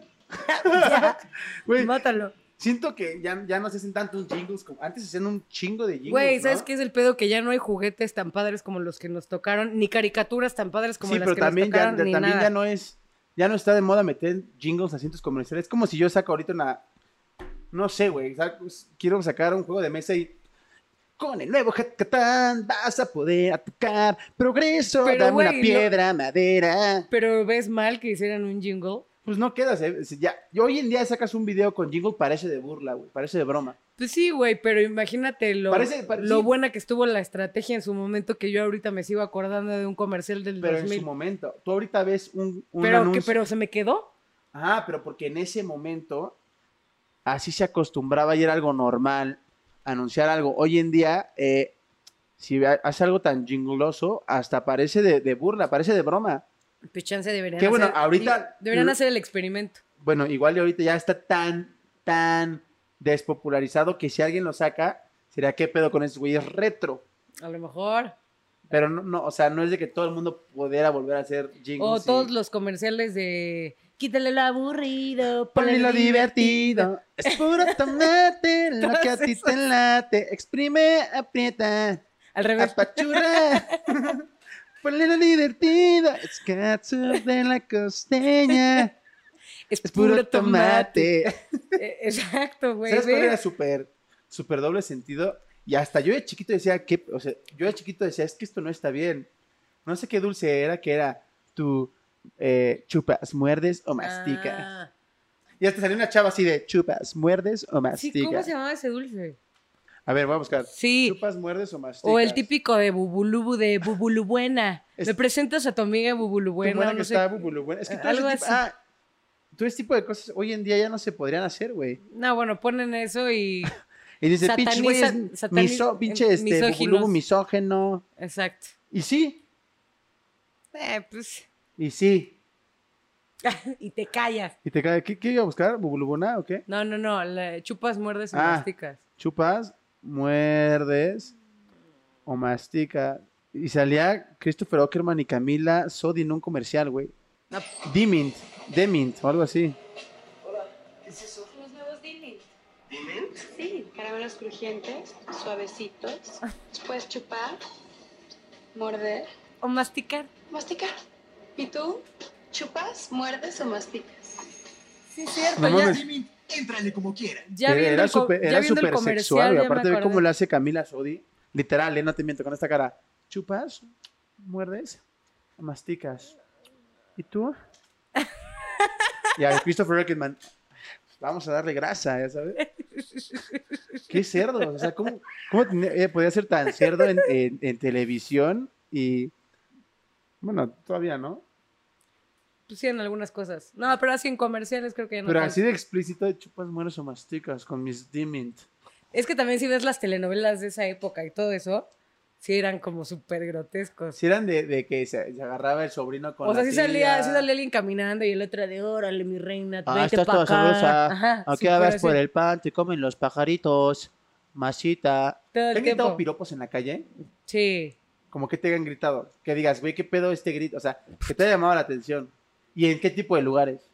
Güey, Mátalo. siento que ya, ya no se hacen tantos jingles como antes se hacían un chingo de jingles. Güey, ¿no? ¿sabes qué es el pedo? Que ya no hay juguetes tan padres como los que nos tocaron, ni caricaturas tan padres como sí, las pero que también, nos tocaron, ya, ni también nada. ya no es. Ya no está de moda meter jingles a cientos comerciales. Es como si yo saco ahorita una. No sé, güey. saco- Quiero sacar un juego de mesa y. Con el nuevo Catán vas a poder atacar progreso. Pero, dame güey, una no- piedra, madera. Pero ves mal que hicieran un jingle. Pues no quedas. Ya, y hoy en día sacas un video con jingle, parece de burla, güey. Parece de broma. Pues sí, güey, pero imagínate lo, Parece- pare- lo sí. buena que estuvo la estrategia en su momento que yo ahorita me sigo acordando de un comercial del Pero en 2000. su momento. Tú ahorita ves un, un pero, que, anuncio. pero se me quedó. Ajá, pero porque en ese momento así se acostumbraba y era algo normal anunciar algo. Hoy en día, eh, si ha- hace algo tan jingloso, hasta parece de, de burla, parece de broma. Pues chance deberían Qué bueno, hacer- ahorita- Deberían hacer el experimento. Bueno, igual y ahorita ya está tan, tan despopularizado que si alguien lo saca, sería qué pedo con ese güey, es retro. A lo mejor. Pero no, no, o sea, no es de que todo el mundo pudiera volver a hacer jingles. O y- todos los comerciales de quítale lo aburrido, Ponle lo divertido. Es puro tomate, lo que a Todos ti te late. Exprime, aprieta, Al Ah, revés. apachurra. Ponle lo divertido. Es catsup de la costeña. Es, Es puro tomate. Eh, Exacto, güey. ¿Sabes cuál ve. era súper, súper doble sentido? Y hasta yo de chiquito decía que, o sea, yo de chiquito decía, es que esto no está bien. No sé qué dulce era, que era tú eh, chupas, muerdes o masticas. Ah. Y hasta salió una chava así de chupas, muerdes o Sí, masticas. ¿cómo se llamaba ese dulce? A ver, voy a buscar. Sí. ¿Chupas, muerdes o masticas? O el típico de Bubulubu, de Bubulubuena. Es- Me presentas a tu amiga Tu Bubulubuena. buena no que sé. Eh, está bubulú, buena. Es que todo Algo ese tipo, así. ah, todo ese tipo de cosas hoy en día ya no se podrían hacer, güey. No, bueno, ponen eso y... Y dice, pinche güey, es Sataniza- satani- miso- pinche eh, este, bubulú, misóginos. misógeno. Exacto. Y sí, Eh, pues... y sí. y te callas. Y te cae, ¿qué, qué iba a buscar? ¿Bubulubona o qué? No, no, no. la- chupas, muerdes y Ah. masticas. Chupas, muerdes o mastica. Y salía Christopher Ockerman y Camila Sodi en un comercial, güey. No. Dimint, Demint o algo así. Los nuevos Dilint. Sí, caramelos crujientes, suavecitos. Los puedes chupar, morder, O masticar. masticar. ¿Y tú? ¿Chupas, muerdes o masticas? Sí, es cierto. No ya, mames. Jimmy, éntrale como quieran. ya viendo era el co- súper ya era viendo el súper comercial, sexual, ya güey. me Aparte ve acordé. cómo le hace Camila Sodi. Literal, eh, no te miento con esta cara. Chupas, muerdes, masticas. ¿Y [laughs] tú? y a Christopher Rocketman. Vamos a darle grasa, ya sabes. Qué cerdo. O sea, ¿cómo, cómo tenía- eh, podía ser tan cerdo en, en- en televisión? Y. Bueno, todavía no. Pues sí, en algunas cosas. No, pero así en comerciales creo que ya no. Pero tanto. así de explícito, chupas, muerdes o masticas con mis Dimint. Es que también si ves las telenovelas de esa época y todo eso, sí eran como súper grotescos. Si eran de, de que se, se agarraba el sobrino con o sea, la sí salía, tía. sí salía alguien caminando y el otro de, órale, mi reina, Ah, vete estás pa' toda acá. sabrosa. Ah, Ajá, ¿A qué súper vas Ah, así, por el pan? Te comen los pajaritos. Masita. Todo ¿Te el han gritado tiempo. piropos en la calle? Sí. Como que te han gritado. Que digas, güey, ¿qué pedo este grito? O sea, que te ha llamado la atención. ¿Y en qué tipo de lugares?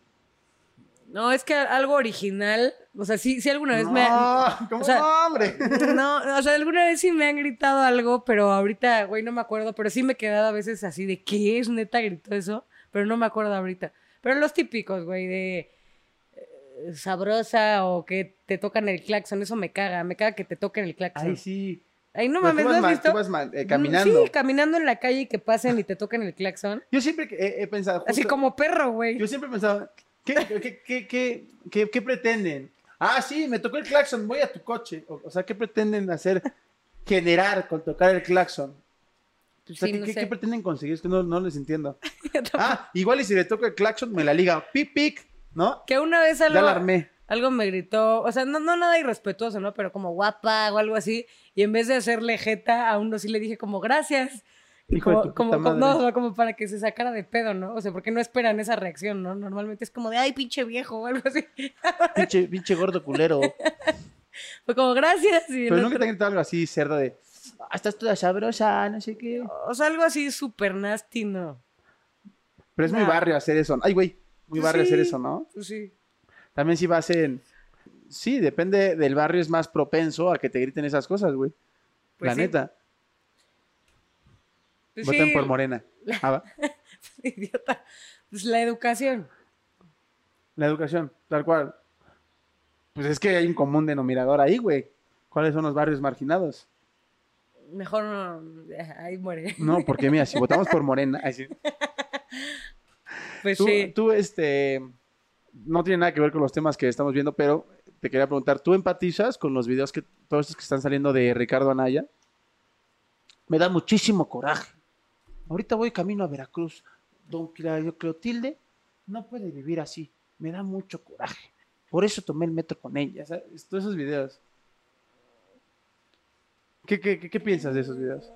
No, es que algo original, o sea, sí, sí alguna vez no, me... [laughs] ¿cómo o sea- no, [laughs] hombre? No, o sea, alguna vez sí me han gritado algo, pero ahorita, güey, no me acuerdo, pero sí me he quedado a veces así de, ¿qué es? Neta gritó eso, pero no me acuerdo ahorita. Pero los típicos, güey, de eh, sabrosa o que te tocan el claxon, eso me caga, me caga que te toquen el claxon. Ay, sí. Ay, no Pero mames, tú ¿no vas has mal- visto? tú vas mal, eh, Mm, caminando. Sí, caminando en la calle y que pasen y te toquen el claxon. Yo siempre que- he, he pensado... Así justo- como perro, güey. Yo siempre he pensado, ¿qué, qué, qué, qué, qué- qué pretenden? Ah, sí, me tocó el claxon, voy a tu coche. O, o sea, ¿qué pretenden hacer, generar con tocar el claxon? O sea, Sí, ¿qué, no qué- sé. qué pretenden conseguir? Es que no, no les entiendo. [laughs] Yo tampoco. Ah, igual y si le toca el claxon, me la liga. Pic, pic, ¿no? Que una vez Ya algo, la armé. algo me gritó, o sea, no, no nada irrespetuoso, ¿no? Pero como guapa o algo así. Y en vez de hacerle jeta, a uno sí le dije como gracias. Y Hijo de como, tu puta como, como- no, madre. o sea, como para que se sacara de pedo, ¿no? O sea, porque no esperan esa reacción, ¿no? Normalmente es como de, ay, pinche viejo o algo así. [laughs] Pinche, pinche gordo culero. Fue como gracias. Y el Pero nunca otro- te han gritado algo así, cerdo de. "Ah, estás toda sabrosa, no sé qué. O sea, algo así súper nasty, ¿no? Pero es muy Nah. barrio hacer eso. Ay, güey, muy Pues barrio hacer sí. eso, ¿no? Pues sí. También si vas en... Sí, depende del barrio, es más propenso a que te griten esas cosas, güey. Pues la sí. neta, Pues voten sí, por Morena. Ah, va. [laughs] Idiota. Pues la educación. La educación, tal cual. Pues es que hay un común denominador ahí, güey. ¿Cuáles son los barrios marginados? Mejor no. Ahí muere. No, porque mira, si votamos por Morena, ay, sí. [laughs] Pues tú, sí. tú, este, no tiene nada que ver con los temas que estamos viendo, pero te quería preguntar, ¿tú empatizas con los videos que todos estos que están saliendo de Ricardo Anaya? Me da muchísimo coraje. Ahorita voy camino a Veracruz. Don Claudio Clotilde no puede vivir así. Me da mucho coraje. Por eso tomé el metro con ella. ¿sabes? Todos esos videos. ¿Qué, qué, qué- qué piensas de esos videos?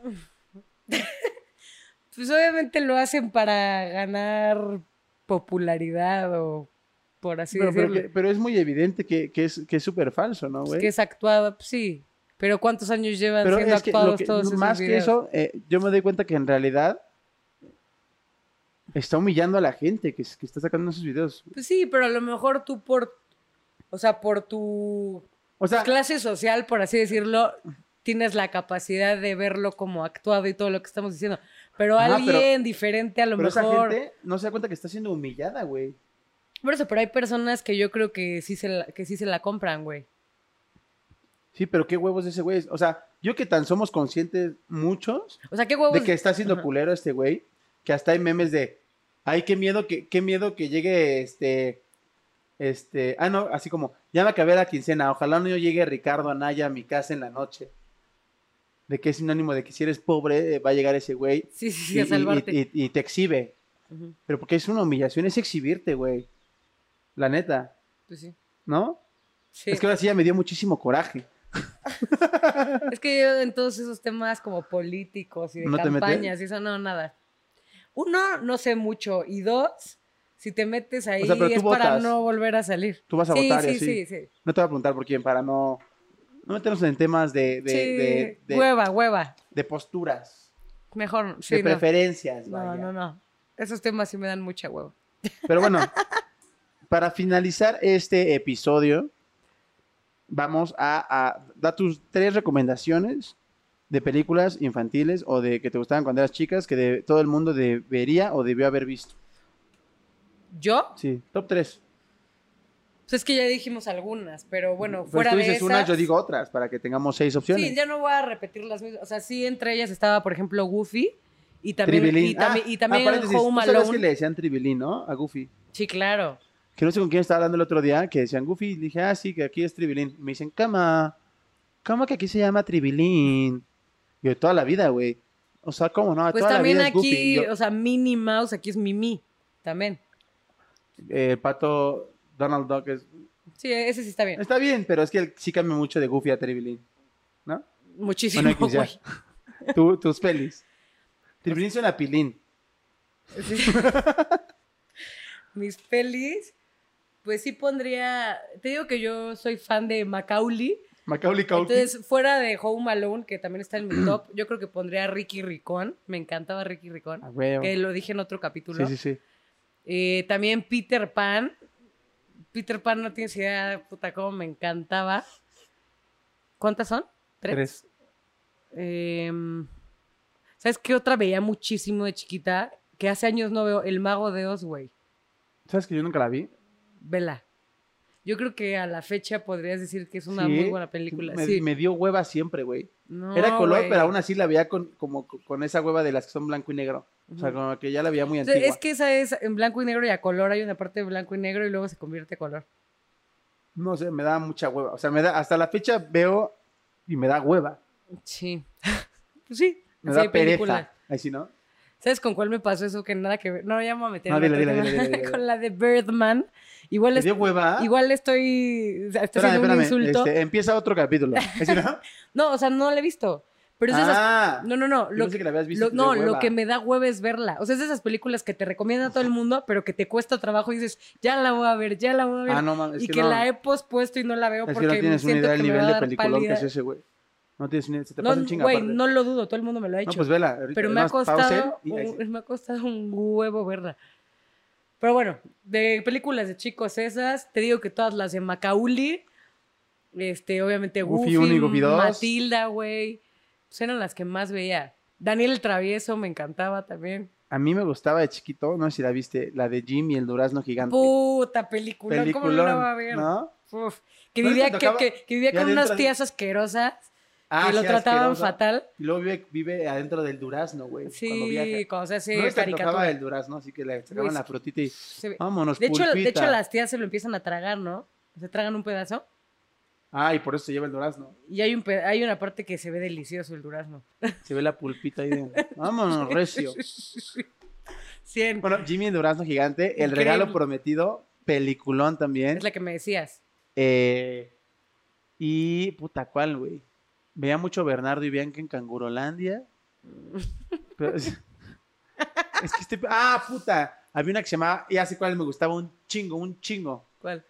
Pues obviamente lo hacen para ganar popularidad o por así pero, pero decirlo. que- pero es muy evidente que, que es que es súper falso, ¿no, Pues güey? que es actuado, pues sí. Pero ¿cuántos años llevan Pero siendo es que, lo actuados que- todos esos más que videos? eso, eh, yo me doy cuenta que en realidad está humillando a la gente que, s- que está sacando esos videos. Pues sí, pero a lo mejor tú por, o sea, por tu O sea, clase social, por así decirlo, tienes la capacidad de verlo como actuado y todo lo que estamos diciendo. Pero Ajá, pero- alguien diferente a lo pero esa mejor. gente no se da cuenta que está siendo humillada, güey. Por eso, pero hay personas que yo creo que sí se la, que sí se la compran, güey. Sí, pero qué huevos de ese güey. O sea, yo que tan somos conscientes muchos O sea, qué huevos. de que está siendo Pues, Ajá. culero este güey, que hasta hay memes de, ay, qué miedo que, qué miedo que llegue este, este, ah, no, así como, ya me acabé la quincena, ojalá no llegue Ricardo Anaya a mi casa en la noche. De que es sinónimo de que si eres pobre eh, va a llegar ese güey Sí, sí, sí, y, a y- salvarte. y- y- y te exhibe. Ujú, Pero porque es una humillación, es exhibirte, güey. La neta, pues sí. ¿no? Sí. Es que ahora sí ya me dio muchísimo coraje. Es que yo en todos esos temas como políticos y de ¿No te metes? campañas y eso, no, nada. Uno, no sé mucho. Y dos, si te metes ahí pero tú es para votas. no volver a salir. Tú vas a sí, votar y sí, así. sí, sí, No te voy a preguntar por quién, para no, no meternos en temas de, de- Sí, de- de- Hueva, hueva. de posturas. Mejor, no. sí, de no. preferencias. No, vaya. no, no. Esos temas sí me dan mucha hueva. Pero bueno, para finalizar este episodio, vamos a, a dar tus tres recomendaciones de películas infantiles o de que te gustaban cuando eras chicas que de- todo el mundo debería o debió haber visto. ¿Yo? Sí, top tres. Pues es que ya dijimos algunas, pero bueno, Pues fuera tú de dices esas... unas, yo digo otras, para que tengamos seis opciones. Sí, ya no voy a repetir las mismas. O sea, sí, entre ellas estaba, por ejemplo, Goofy y también, Tribilín. y, tambi- Ah, y también ah, paréntesis, Home ¿tú sabías Alone. que le decían Tribilín, ¿no? A Goofy. Sí, claro. Que no sé con quién estaba hablando el otro día, que decían Goofy, y dije, ah, sí, que aquí es Tribilín. Me dicen, cama, cama que aquí se llama Tribilín. Y Yo, toda la vida, güey. O sea, ¿cómo no? Pues toda también la vida es Goofy. Y aquí, yo, o sea, Minnie Mouse, aquí es Mimi, también. eh, el pato Donald Duck es... Sí, ese sí está bien. Está bien, pero es que sí cambia mucho de Goofy a Tribilín. Bueno, Muchísimo, aquí ya. [laughs] güey. [laughs] Tú- tus pelis. Tribilín suena a pilín. Sí. Mis pelis, pues sí pondría... Te digo que yo soy fan de Macaulay. Macaulay Culkin. Entonces, fuera de Home Alone, que también está en [clears throat] mi top, yo creo que pondría a Ricky Ricón. Me encantaba Ricky Ricón. Ah, huevo. Que lo dije en otro capítulo. Sí, sí, sí. Eh, también Peter Pan. Peter Pan no tienes idea, puta, cómo me encantaba. ¿Cuántas son? ¿Tres? Tres. Em, ¿Sabes qué otra veía muchísimo de chiquita? Que hace años no veo. El Mago de Oz, güey. ¿Sabes que yo nunca la vi? Vela. Yo creo que a la fecha podrías decir que es una Sí, muy buena película. Me, sí. me dio hueva siempre, güey. No, Era color, güey. pero aún así la veía con, como, con esa hueva de las que son blanco y negro. O sea, Ujú. como que ya la veía muy O sea, antigua. es que esa es en blanco y negro y a color. Hay una parte de blanco y negro y luego se convierte a color. No sé, me da mucha hueva. O sea, me da, hasta la fecha veo y me da hueva. Sí. [laughs] pues sí. Me así da hay películas. pereza. Ahí sí, ¿no? ¿Sabes con cuál me pasó eso? Que nada que ver. No, ya me voy a meter No, en dile, otro dile, tema. dile, dile, dile. [laughs] con la de Birdman. Igual, ¿Te es- dio hueva? igual estoy. o sea, Estoy espérame, haciendo un espérame. insulto. Este, empieza otro [laughs] capítulo. Ahí sí, ¿no? No, o sea, no la he visto. Pero es de esas. ah, No, no, no. yo Lo pensé que, que la habías visto. lo- y te dio no, lo hueva. que me da hueva es verla. O sea, es de esas películas que te recomienda todo el mundo, pero que te cuesta trabajo y dices, ya la voy a ver, ya la voy a ver. Ah, no mames. es y que no, la he pospuesto y no la veo es que porque no tienes ni siento idea que del me nivel va a de dar peliculón que pálida. es ese, güey. No tienes ni se te No, pasa un chinga. güey, aparte. no lo dudo, todo el mundo me lo ha No, hecho. pues vela. ahorita, pero me ha además, pausa él costado, y ahí sí. un, me ha costado un huevo verla. Pero bueno, de películas de chicos esas, te digo que todas las de Macaulay, este, obviamente Goofy Goofy, uno y Goofy dos. Matilda, güey, pues eran las que más veía. Daniel el Travieso me encantaba también. A mí me gustaba de chiquito, no sé si la viste, la de Jim y el durazno gigante. Puta película, ¿cómo no la Peliculón, va a ver? ¿no? Uf, que, ¿No es vivía, que que, tocaba? que- que vivía Ya con unas adentro- tías asquerosas Ah, que lo sí, trataban asqueroso. fatal. Y luego vive, vive adentro del durazno, güey. cuando Sí, viaja. cuando se hace no se tocaba caricatura. el durazno, así que le sacaban Güey, la frutita y Se ve- vámonos, De hecho, de pulpita. hecho, las tías se lo empiezan a tragar, ¿no? Se tragan un pedazo Ah, y por eso se lleva el durazno. y hay, un pe- hay una parte que se ve delicioso el durazno. Se ve la pulpita ahí de, [laughs] vámonos, recio. Cien. Bueno, Jimmy el durazno gigante, El Increíble. regalo prometido, peliculón también. Es la que me decías. Eh, y puta, ¿cuál, güey? Veía mucho Bernardo y Bianca en Cangurolandia. Pero es, es que este. ¡Ah, puta! Había una que se llamaba. Ya sé cuál me gustaba un chingo, un chingo. ¿Cuál?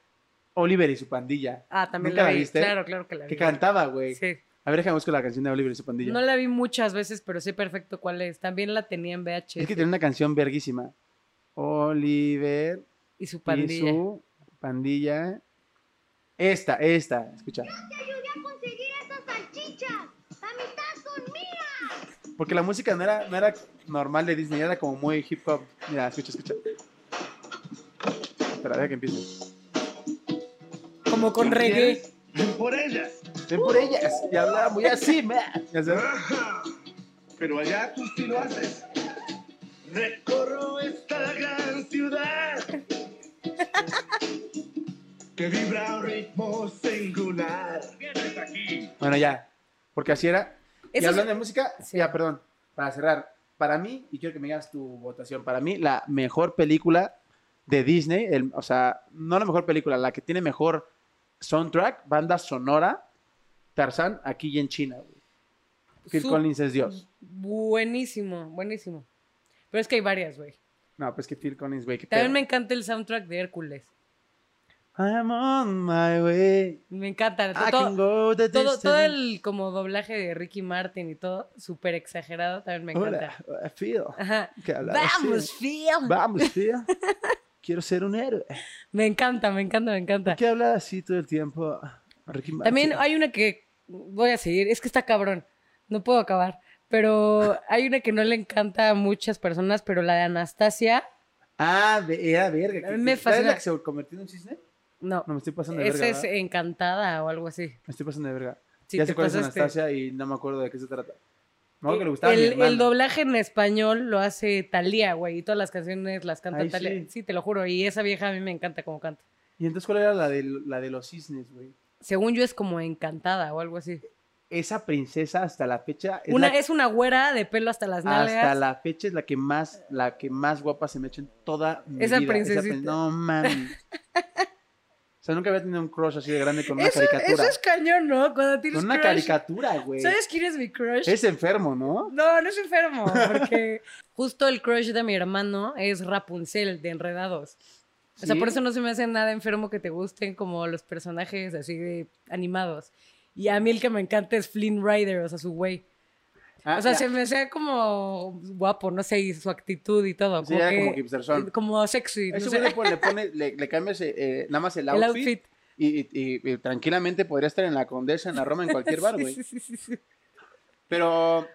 Oliver y su pandilla. Ah, también ¿Nunca la la vi. viste? Claro, claro que la vi. Que cantaba, güey. Sí. A ver, déjame buscar la canción de Oliver y su pandilla. No la vi muchas veces, pero sé perfecto cuál es. También la tenía en VHS Es que tenía una canción verguísima. Oliver y su pandilla. y su pandilla. Esta, esta, escucha. te ayudé a conseguir esas salchichas. Amistad conmigo. Porque la música no era, no era normal de Disney, era como muy hip hop. Mira, escucha, escucha. Espera, deja que empiece. Como con reggae. Por ellas. Ven por ellas. Y hablaba muy así, man. Ya sabes. Ajá. Pero allá tú sí lo haces. Recorro esta gran ciudad. Que vibra a un ritmo singular. Vienes aquí. Bueno, ya. Porque así era. Y Eso es- hablando de música, Sí. ya, perdón, para cerrar. Para mí, y quiero que me digas tu votación, para mí la mejor película de Disney, el- o sea, no la mejor película, la que tiene mejor soundtrack, banda sonora, Tarzán, aquí y en China. güey. Phil Su- Collins es Dios. Buenísimo, buenísimo. Pero es que hay varias, güey. No, pues que Phil Collins, güey, qué Mm. También pedo. me encanta el soundtrack de Hércules. I'm on my way. Me encanta. I Todo- can go the todo, todo distance. el como doblaje de Ricky Martin y todo, súper exagerado, también me encanta. Hola, I feel. Ajá. Que hablar así. Vamos, Phil. Vamos, [laughs] Phil. Quiero ser un héroe. Me encanta, me encanta, me encanta. ¿Por qué hablar así todo el tiempo? Ricky Martin? También hay una que voy a seguir, es que está cabrón, no puedo acabar, pero hay una que no le encanta a muchas personas, pero la de Anastasia, Ah, ve- era verga. A que- mí me que- ¿sabes fascina. la que se convirtió en un cisne? no, No, me estoy pasando de esa verga. es ¿verdad? encantada o algo así. Me estoy pasando de verga. Sí, ya te sé cuál es pasaste. Anastasia y no me acuerdo de qué se trata. Me acuerdo que le gustaba a mi el, hermana. el doblaje en español lo hace Talía, güey, y todas las canciones las canta Ay, Talía. sí. Sí. te lo juro, y esa vieja a mí me encanta como canta. Y entonces, ¿cuál era la de, la de los cisnes, güey? Según yo es como encantada o algo así. Esa princesa hasta la fecha es una, la es una güera de pelo hasta las nalgas. Hasta la fecha es la que más, la que más guapa se me ha hecho en toda mi Esa vida. prin- princesita. no mames. o [laughs] sea, nunca había tenido un crush así de grande con una Eso, caricatura. eso es cañón, ¿no? Cuando tienes con una crush. caricatura, güey. ¿Sabes quién es mi crush? Es enfermo, ¿no? No, no es enfermo, porque [laughs] justo el crush de mi hermano es Rapunzel de Enredados. O sea, Sí. por eso no se me hace nada enfermo que te gusten como los personajes así de animados. Y a mí el que me encanta es Flynn Rider, o sea, su güey. Ah, o sea, ya. se me hace como guapo, no sé, y su actitud y todo. Sí, era como hipsterzón. Como sexy, no Ese sé, güey le pone, le, pone- le- le cambias eh, eh, nada más el el outfit, outfit. Y, y- y- y tranquilamente podría estar en la Condesa, en la Roma, en cualquier bar, [laughs] Sí, güey. sí, sí, sí, sí. Pero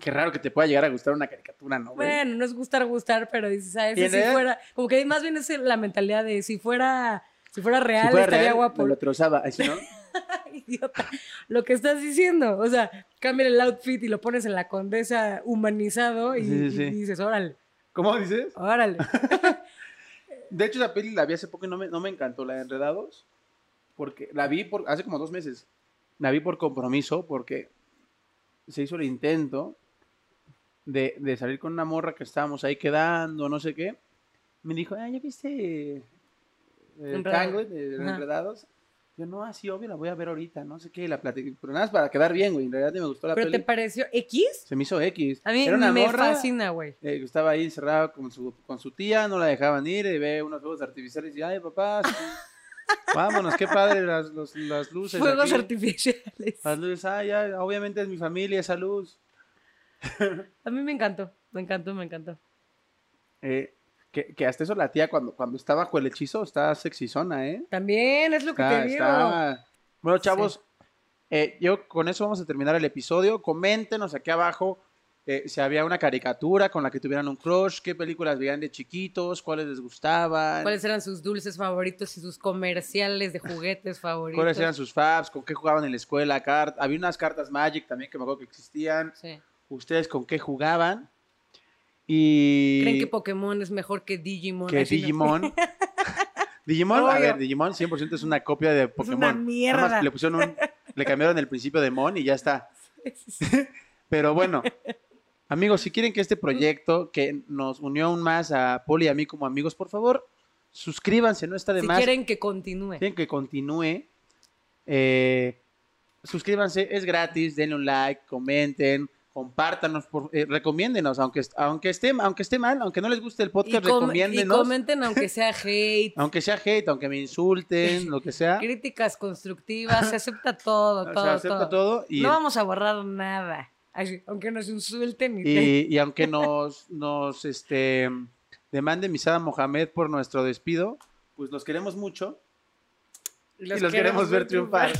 qué raro que te pueda llegar a gustar una caricatura, ¿no, güey? Bueno, no es gustar, gustar, pero dices, ah, ese si ¿Tiene? fuera, como que más bien es la mentalidad de si fuera, si fuera real, si fuera estaría real, guapo. [laughs] me lo trozaba, así, ¿no? Idiota, lo que estás diciendo, o sea, cambia el outfit y lo pones en la condesa humanizado y, Sí, sí, y sí. dices, órale, ¿Cómo dices? [laughs] órale. De hecho, esa peli la vi hace poco y no me, no me encantó, la de Enredados. Porque la vi por, hace como dos meses. La vi por compromiso, porque se hizo el intento de, de salir con una morra que estábamos ahí quedando, no sé qué. Me dijo, ah, ¿ya viste el Enredado. tango de Ajá. Enredados? Yo, no, así obvio, la voy a ver ahorita, no sé qué. y La platiqué, pero nada más para quedar bien, güey. En realidad ni me gustó la ¿Pero te peli. pareció X? Se me hizo X. A mí Era una me morra- fascina, güey. eh, que estaba ahí encerrada con su, con su tía, no la dejaban ir, y ve unos juegos artificiales y, ay, papá, sí". [laughs] Vámonos, qué padre las, los- las luces. Fuegos aquí. artificiales. Las luces, ah, ya, obviamente es mi familia, esa luz. A mí me encantó, me encantó, me encantó. Eh, que, que hasta eso la tía cuando, cuando está bajo el hechizo está sexizona, ¿eh? También es lo que Está, te digo. está- Bueno, chavos, eh, yo con eso vamos a terminar el episodio. Coméntenos aquí abajo eh, si había una caricatura con la que tuvieran un crush, qué películas veían de chiquitos, cuáles les gustaban, cuáles, ¿Cuáles eran sus dulces favoritos y sus comerciales de juguetes favoritos? eran sus fabs, con qué jugaban en la escuela, car- había unas cartas Magic también que me acuerdo que existían. Sí. Ustedes con qué jugaban y ¿Creen que Pokémon es mejor que Digimon? que Ay, sí, no. [laughs] Digimon. Digimon, a Obvio. ver, Digimon 100% es una copia de Pokémon. una Nada más mierda. le pusieron un- le cambiaron el principio de Mon y ya está. [laughs] Pero bueno, amigos, si quieren que este proyecto que nos unió aún más a Poli y a mí como amigos, por favor, suscríbanse, no está de Si más. quieren que continúe. Quieren que continúe. eh, suscríbanse, es gratis, denle un like, comenten, compártanos, por, eh, recomiéndenos, aunque, est- aunque, esté, aunque esté mal, aunque no les guste el Y, podcast, com- y recomiéndenos. comenten [laughs] aunque sea hate, Aunque sea hate, aunque me insulten, lo que [laughs] sea. críticas constructivas, se acepta todo, o sea, todo, acepto todo. todo. y, No vamos a borrar nada. Así, aunque nos insulten y, te- y- y aunque nos, nos este, demande Misada Mohamed por nuestro despido, pues los queremos mucho y los, queremos, ver triunfar.